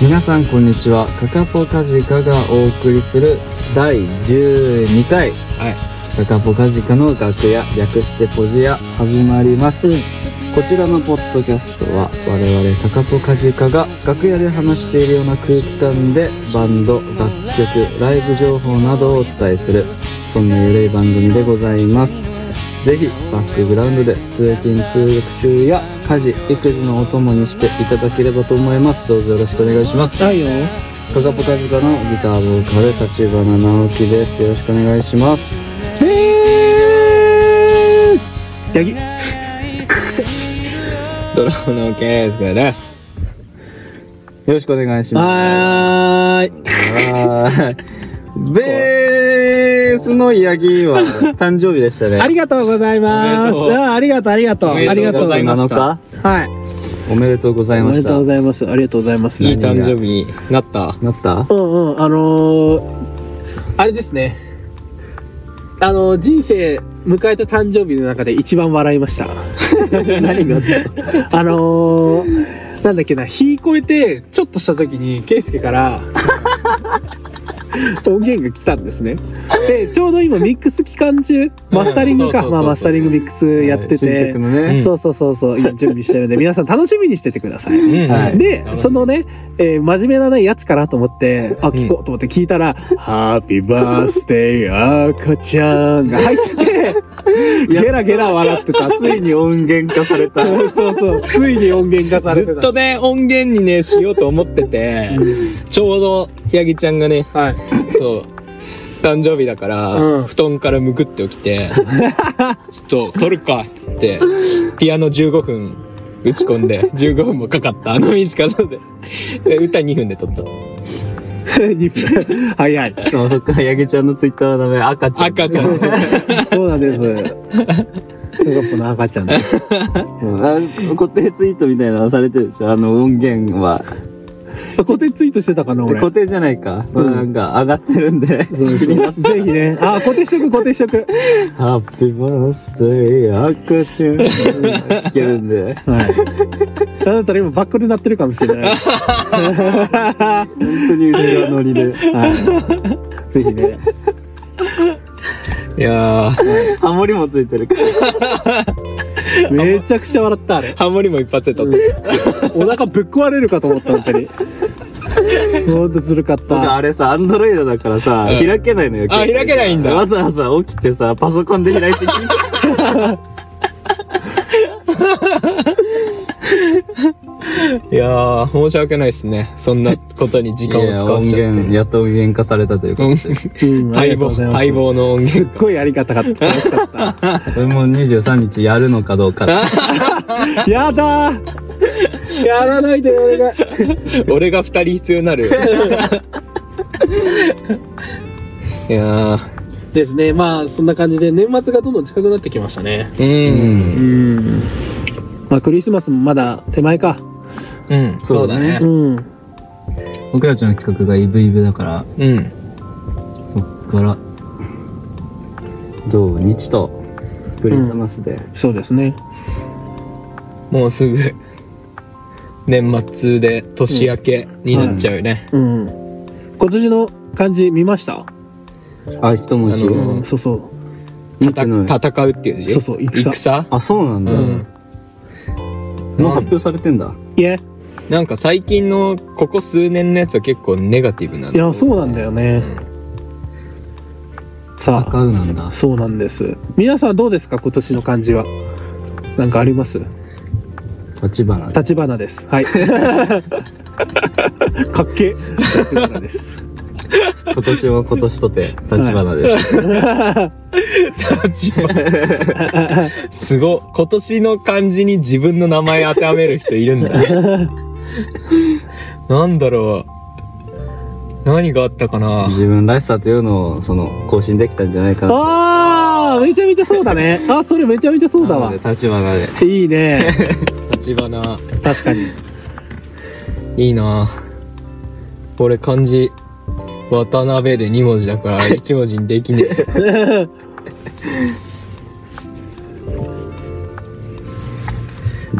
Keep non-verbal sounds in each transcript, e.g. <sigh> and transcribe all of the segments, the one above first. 皆さんこんにちはカカポカジカがお送りする第12回、はい、カカポカジカの楽屋略してポジヤ始まりますこちらのポッドキャストは我々カカポカジカが楽屋で話しているような空気感でバンド楽曲ライブ情報などをお伝えするそんなゆるい番組でございますぜひバックグラウンドで通勤通学中や家事育児のお供にしていただければと思いますどうぞよろしくお願いしますはいよカカポカジカのギターボーカル立花直樹ですよろしくお願いしますへーすヤギドラムのケースがねよろしくお願いしまはーいすはーいベースのヤギは誕生日でしたねありがとうございますおめでとうあーありがとうありがとうおあめりでがととううございま7日すはいおめでとうございおまめでしとたうございます。ありがとうございます。いいうん誕生日になった。なったうん、あのあれですねー、あのー、人生迎えた誕生日の中で一番笑いま <laughs> した。何があのー、なんだっけな、日越えて、ちょっとした時に、ケイスケ <laughs> から、音源が来たんですね。で、ちょうど今ミックス期間中、マスタリングか。うんそうそうそうそうまあ、マスタリングミックスやって新て曲、のね、うんそうそうそうそう、今準備してるんで、皆さん楽しみにしててください。うんはいで、その、ね、えー真面目なねやつかなと思って、あ、聞こうと思って聞いたら、ハッピーバースデー赤ちゃんが入ってて、ゲラゲラ笑ってた。つついいに、に音源化されたそうそう、ついに音源化さずれてったと。ね、音源にね、しようと思ってて、ちょうど、ヤギちゃんが <laughs> ね、はいそう、誕生日だから、うん布団からむくって起き <laughs> て、ちょっと、撮るかっつって、ピアノ15分打ち込んで、15分もかかった。あの短さで。で歌2分で撮った。 2分。 <laughs> 早い。あそっかヤギちゃんのツイッターはダメ赤ちゃん赤ちゃん。そうなんです。ヨガポの赤ちゃんねうんあ固定ツイートみたいなのされてるでしょあの音源は固定ツイートしてたかな、俺。固定じゃないか、うんなんか上がってるんでそうそう <laughs> ぜひね。あ、固定しとく、固定しとく。ハッピーバースデー赤ちゃん聞けるんではい。あなたら今バックで鳴ってるかもしれない。本当にうちはノリではい。ぜひね。いやー、 <laughs> ハモリもついてるからめちゃくちゃ笑った、あれ。ハモリも一発で撮った。お腹ぶっ壊れるかと思った、本当に。ほんとずるかっ僕た。あれさアンドロイドだからさ、うん開けないのよあ開けないんだわざわざ起きてさパソコンで開いて <laughs> 聞いていやー、申し訳ないですね。そんなことに時間を使わせちゃって。やっと音源化されたといううんうん、ありがとう待望ございます待。望の音すっ源ごいありがたかった。楽しかった。これも23日やるのかど <laughs> うかやだーやらないで、俺が。 <laughs> 俺が2人必要になるいやですねまあそんな感じで年末がどんどん近くなってきましたねうーうんうん。まあ、クリスマスもまだ手前か。うんそうだねうん。僕たちの企画がイブイブだからうんそっから土日とクリスマスで、そうですね。もうすぐ年末で年明けになっちゃうね、うん。今年の感じ見ましたあ一文字あのうん、そうそう。見てないたた戦うっていう字そうそう戦戦あそうなんうだ、ん、もう発表されてんだいや、なんか最近のここ数年のやつは結構ネガティブなんいや、そうなんだようね。ん <laughs> さあ。赤うなんだそうなんです。皆さんどうですか今年の感じは。なんかあります立花立花です。 <laughs> はい。かっけえ。立花です。 <laughs> 今年も今年とて立花です、すごっ今年の漢字に自分の名前当てはめる人いるんだなんだろう。何があったかな。自分らしさというのをその更新できたんじゃないかなああめちゃめちゃそうだね。あ、それめちゃめちゃそうだわなの。で立花でいいね。立花。確かに。いいな。俺漢字。渡辺で2文字だから <laughs> 1文字にできねえ。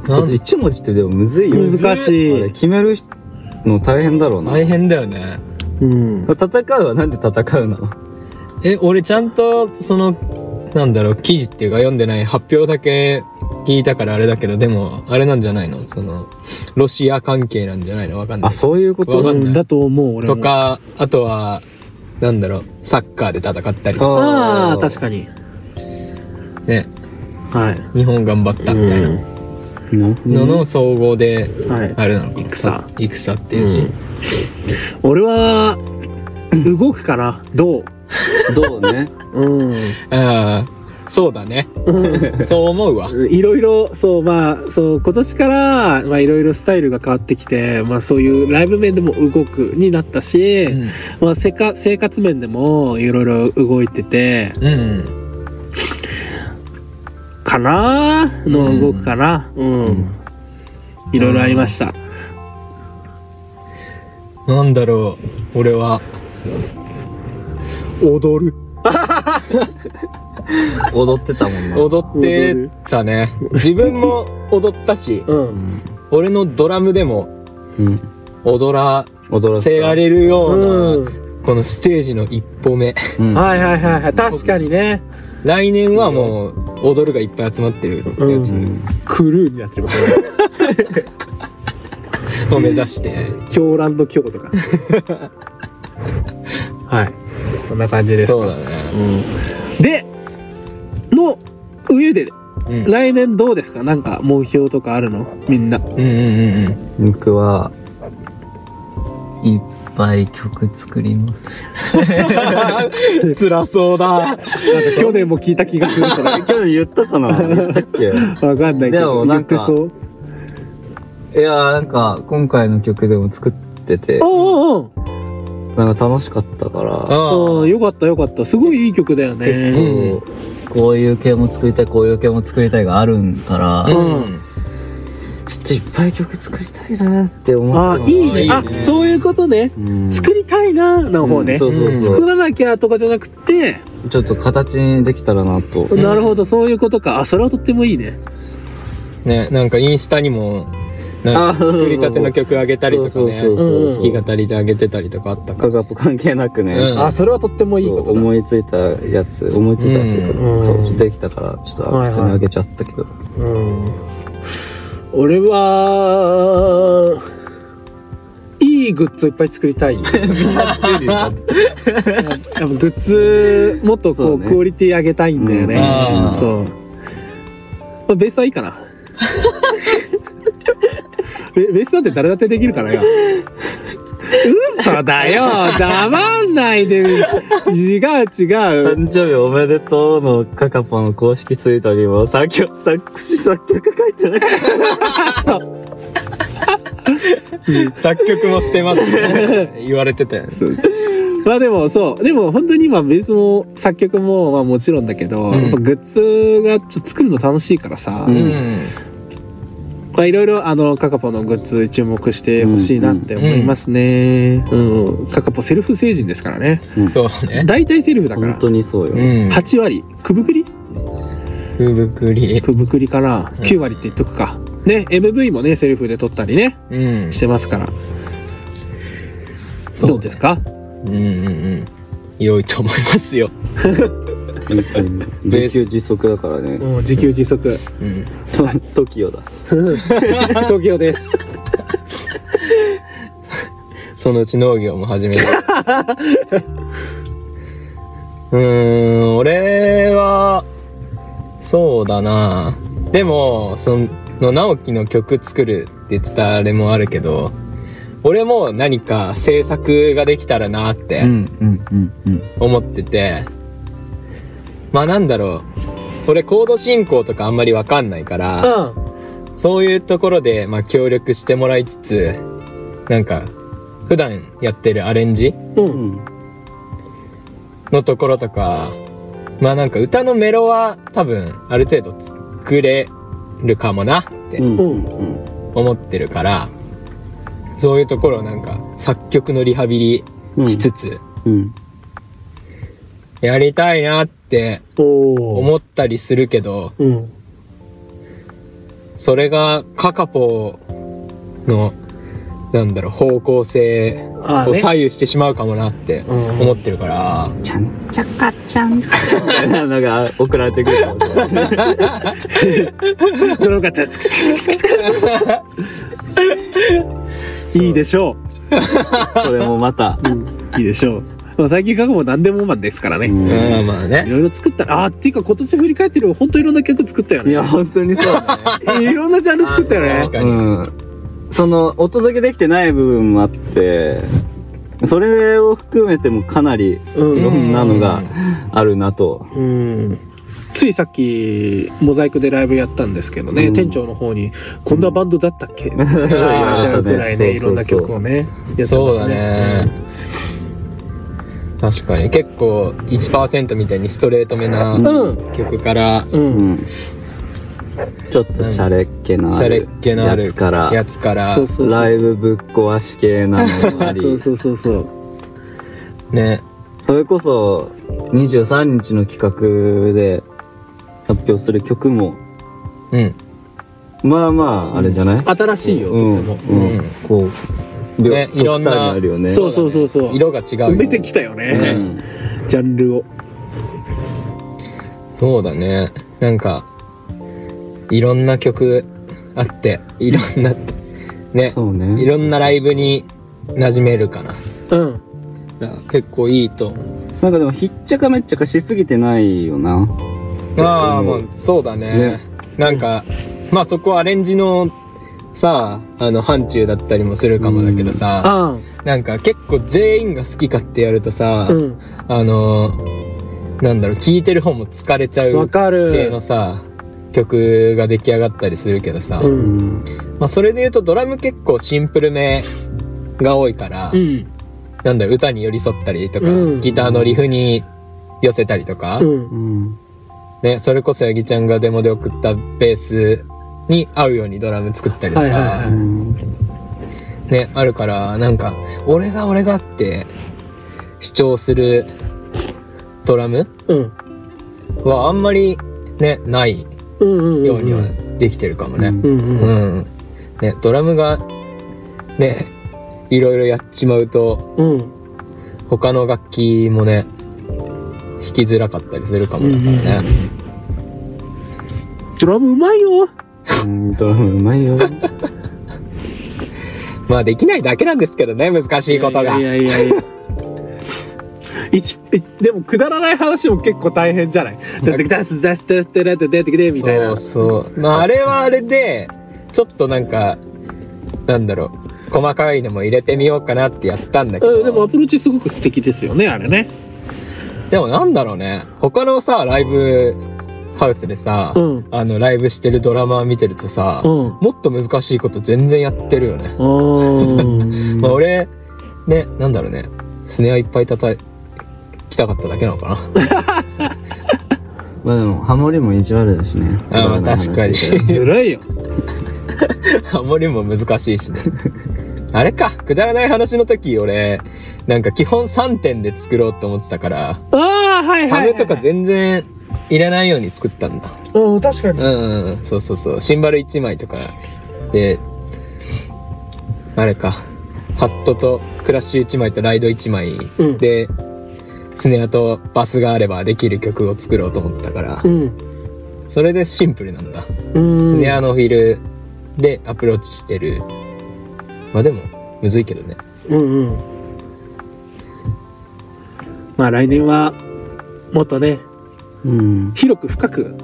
<laughs> なん一文字ってでもむずいよ難しいあれ決めるの大変だろうな。大変だよねうん。戦うはなんで戦うなのえ俺ちゃんとそのなんだろう記事っていうか読んでない発表だけ聞いたからあれだけどでもあれなんじゃないのそのロシア関係なんじゃないのわかんなあ、いそういうこわかとんないうんだと思う、俺も。と。かあとはなんだろうサッカーで戦ったりああ、確かに。ねはい。日本頑張ったみたいなに。なのの総合ではい。あれなのかな戦戦っていう字、俺は、動くかなどうどうね。うん。ああそう <laughs> だねそう思うわいろいろ、そう、まあ、そう、今年から、まあ、いろいろスタイルが変わってきて、まあ、そういうライブ面でも動くになったし、うんまあ、せか生活面でもいろいろ動いてて、うんかなーの動くかな。うん。いろいろありました。なんだろう俺は踊る踊ってたもんな。踊ってたね自分も踊ったしうん。俺のドラムでもうん。踊ら踊らせられ。れるよう。うなんこのステージの一歩目うん。はいはいはいはい。確かにね。来年はもう踊るがいっぱい集まってるやつうんクルーになってます。 <laughs> を目指して狂乱の狂と <laughs> か。はい。こんな感じです。そうだねで、の上で、うん来年どうですかなんか目標とかあるのみんな。うんうんうんうん僕は、いっぱい曲作ります。辛そうだ去年も聞いた気がするそれ。 <laughs> 去年言ったかな言ったっけわかんないけど。でもなんか言ってそう。 <laughs> いやーなんか今回の曲でも作ってておうおうなんか楽しかったからおうあうん。よかったよかった。すごいいい曲だよこね。うこういう系も作りたいこういう系も作りたいがあるんかあら、うんちょっといっぱい曲作りたいなって思あっあ、ていいいいね。ねあ、そういうことね。うん作りたいな、の方うねん。そうそうそう、作らなきゃとかじゃなくて、ちょっと形にできたらなとんなるほど、そういうことか。あ、それはとってもいいね。ねなんかインスタにもなんかあ作りたての曲あげたりとかそうねそうそううそ弾うき語りであげてたりとかあったか科ら学関係なくね、うんあ、それはとってもいいそうことだ。思いついたやつ思いついたっていうか、うんそうできたからちょっと普通にあげちゃったけど、うん。俺は、いいグッズをいっぱい作りたい。やっぱグッズ、もっとこ、そううねクオリティ上げたいんだようんねあ。ーそう。まあ、ベースはいいかな。ベベースなんて誰だってできるからよ。嘘だよ黙んないで。違う <laughs> 違う。誕生日おめでとうのカカポの公式ツイートにも作曲作詞作曲書いてなかっ作曲もしてますね言われてたよねまあでもそう。でも本当に今ベースも作曲もまあもちろんだけど、うんやっぱグッズがちょっと作るの楽しいからさ。うんまあいろいろあのカカポのグッズに注目してほしいなって思いますね。うん、カカポセルフ成人ですからね。そうね大体セルフただか本ら。当にそうよ、うん8割くぶくりふぶくりくぶくりかなうん9割って言っとくかね MV もねセルフで撮ったりねうんしてますからそうどうですかうんうんうん良いと思いますよ本当に自給自足だからね <laughs> もう自給自足うん TOKIO だ東京ですそのうち農業も始める <laughs> うーん俺はそうだなでもその直樹の曲作るって言ってたあれもあるけど俺も何か制作ができたらなって、うんうん思っててまあなんだろう俺コード進行とかあんまりわかんないかうらんそういうところでまあ協力してもらいつつなんか普段やってるアレンジううんんのところとかまあなんか歌のメロは多分ある程度作れるかもなってうんうん思ってるから、そういうところをなんか作曲のリハビうんリしつつうんやりたいなってお思ったりするけど、うんそれがカカポのなんだろう方向性ああをね左右してしまうかもなってうん思ってるから、ちゃんちゃかちゃんみたいなのが送られてくるかもしれないドラム型つくつくつくつくつく <laughs> いいでしょそれもまた、う、いいでしょうでも最近過去も何でもマンですからね、うんうんまあいねろいろ作ったらあーっていうか今年振り返ってるほんといろんな曲作ったよいねや本当にそうね、いろんなジャンル作ったよね確かうに、ん、そのお届けできてない部分もあってそれを含めてもかなりうんいろんなのがうんあるなと、うんついさっきモザイクでライブやったんですけどね、うん店長の方に「こんなバンドだったっけ?」って <laughs> 言われちゃうぐ <laughs> らいねあーいろんな曲をねやってますそうだね、確かに結構1%みたいにストレートめなうん曲からう、うんん、ちょっとシャレっ気のあ洒落るっ気のあるやつからやつからそうそうそうライブぶっ壊し系なのもあり <laughs> そうそうそうそうねそれこそ23日の企画で発表する曲もうんまあまああれじゃない、新しいよ、うん、とてもうんうんこうね極いろんな端にあるよねそうそうそうそう色が違うよ埋めてきたようね、んジャンルをそうだねなんかいろんな曲あっていろんなねそうねいろんなライブに馴染めるかなうん結構いいと思なんかでもひっちゃかめっちゃかしすぎてないよなうああうんまあそうだねねなんかまあそこはアレンジのさあの範疇だったりもするかもだけどさ、あなんか結構全員が好きかってやるとさ、あうんあのなんだろう聴いてる方も疲れちゃわうか系るのさ曲が出来上がったりするけどさ、ううんんまあ、それで言うとドラム結構シンプルめが多いから、うんなんだろう歌に寄り添ったりとか、うんギターのリフに寄せたりとか、うんうんね、それこそヤギちゃんがデモで送ったベースに合うようにドラム作ったりとか、はいはいはね、あるからなんか俺が俺がって主張するドラムうんはあんまりねないうんうんうんようにはできてるかもね。うんうんううんんね、ドラムがねいろいろやっちまうとうん他の楽器もね弾きづらかったりするかもだからね。ドラムうまいようんドラムうまいよまあできないだけなんですけどね難しいことがい。やいやいやいや一一でもくだらない話も結構大変じゃないだって出す出す出す出す出てきてみたいなそうそう。まああれはあれでちょっとなんかなんだろう細かいのも入れてみようかなってやったんだけど、うんでもアプローチすごく素敵ですよねあれねでもなんだろうね他のさライブハウスでさ、うんあのライブしてるドラマー見てるとさ、うんもっと難しいこと全然やってるよね。うんまあ俺、ね、なんだろうね、スネアいっぱい叩きたかっただけなのかな。まあでもハモリも意地悪だしねああ、確かに。ずるいよハモリも難しいしね。 <laughs> あれか、くだらない話の時俺、なんか基本3点で作ろうと思ってたから、ああはいハはい、はムい、とか全然いらないように作ったんだ。うん確かにうん、うん、そうそうそう。シンバル1枚とかで、あれか、ハットとクラッシュ1枚とライド1枚うんで、スネアとバスがあればできる曲を作ろうと思ったからう、んそれでシンプルなんだ。うんスネアのフィルでアプローチしてる。まあでも、むずいけどね。うんうんまあ来年はもっとねうん広く深く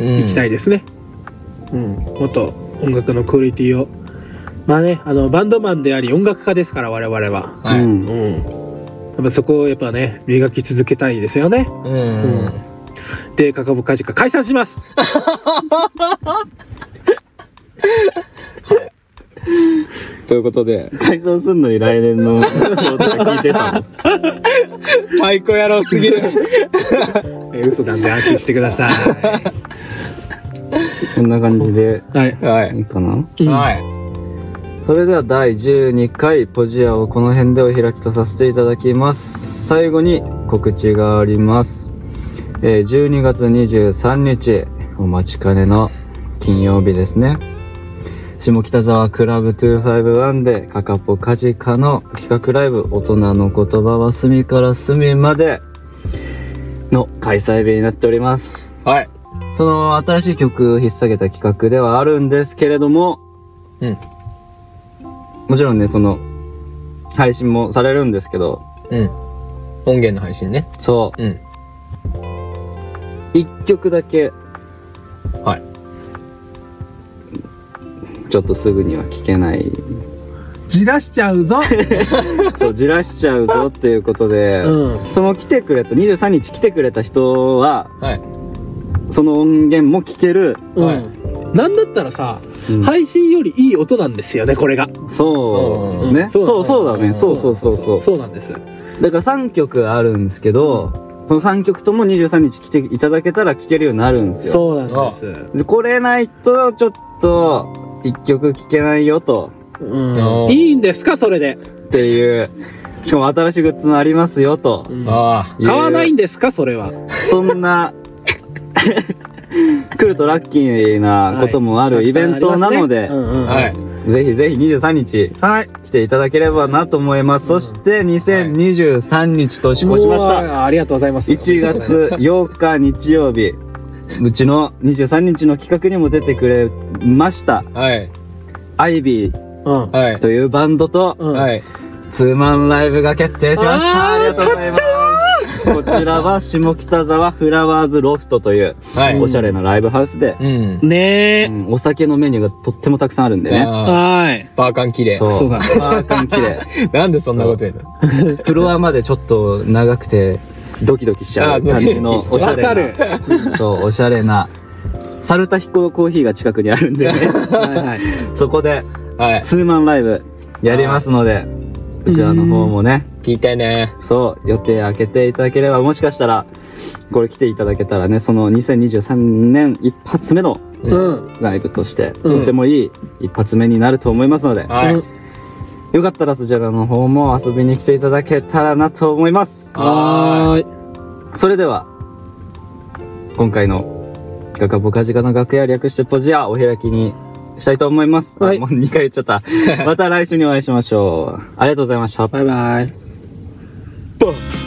うん行きたいですね、うんもっと音楽のクオリティをまあねあのバンドマンであり音楽家ですから我々ははい。ううん。んうんやっぱそこをやっぱね磨き続けたいですよねうん。でカカボカジカ解散しますということで解散すんのに来年の状態聞いてたの最高野郎すぎる。え嘘なんで安心してくださいこんな感じで <laughs> はい、 <laughs> はいい。いかなうんはい。それでは第12回ポジアをこの辺でお開きとさせていただきます最後に告知があります、えー12月23日お待ちかねの金曜日ですね下北沢クラブ251でカカポカジカの企画ライブ大人の言葉は隅から隅までの開催日になっております。はい。その新しい曲を引っ提げた企画ではあるんですけれども、うん。もちろんね、その、配信もされるんですけど、うん。音源の配信ね。そうん。う、一曲だけ、はい。ちょっとすぐには聞けない。じらしちゃうぞそう、じらしちゃうぞっていうことで、うんその来てくれた、23日来てくれた人は、はい。その音源も聞ける。うん、はいなんだったらさうん配信よりいい音なんですよねこれがそううね。んそそううそうだね。そうそうそうそう。そうなんですだから3曲あるんですけど、その3曲とも23日来ていただけたら聴けるようになるんですよ。そうなんですでこれないと、ちょっと、1曲聴けないよと、うんいいんですかそれでっていう、しかも新しいグッズもありますよと。あう買わないんですかそれはそん <laughs> な、来るとラッキーなこともあるイベントなので、あ。はい。ぜひぜひ23日はい来ていただければなと思います。そして2023日年越しました。たありがとうございます1月8日日曜日うちの23日の企画にも出てくれましたはい。アイビーうんはい。というバンドとうんはい。ツーマンライブが決定しましたあーありがとうございますこちらは下北沢フラワーズロフトというはい。おしゃれなライブハウスで、うん。ねえ、うんお酒のメニューがとってもたくさんあるんでねあはいーバーカン綺麗そ。うそうだパーカン綺麗なんでそんなこと言うのフロアまでちょっと長くてドキドキしちゃあうード感キドキじのおしゃわれなか <laughs> るそうおしゃれなサルタヒココーヒーが近くにあるん <laughs> でねはいはいそこではい。ツーマンライブやりますので、こちらの方もね、聞いてね。そう、予定開けていただければ、もしかしたら、これ来ていただけたらね、その2023年一発目のうんライブとして、うんとてもいい一発目になると思いますので、はい。よかったらそちらの方も遊びに来ていただけたらなと思います。はーいそれでは、今回の、ガカボカジカの楽屋略してポジアお開きにしたいと思います。はいあもう2回言っちゃ <laughs> った。また来週にお会いしましょう。ありがとうございました。バイバイバン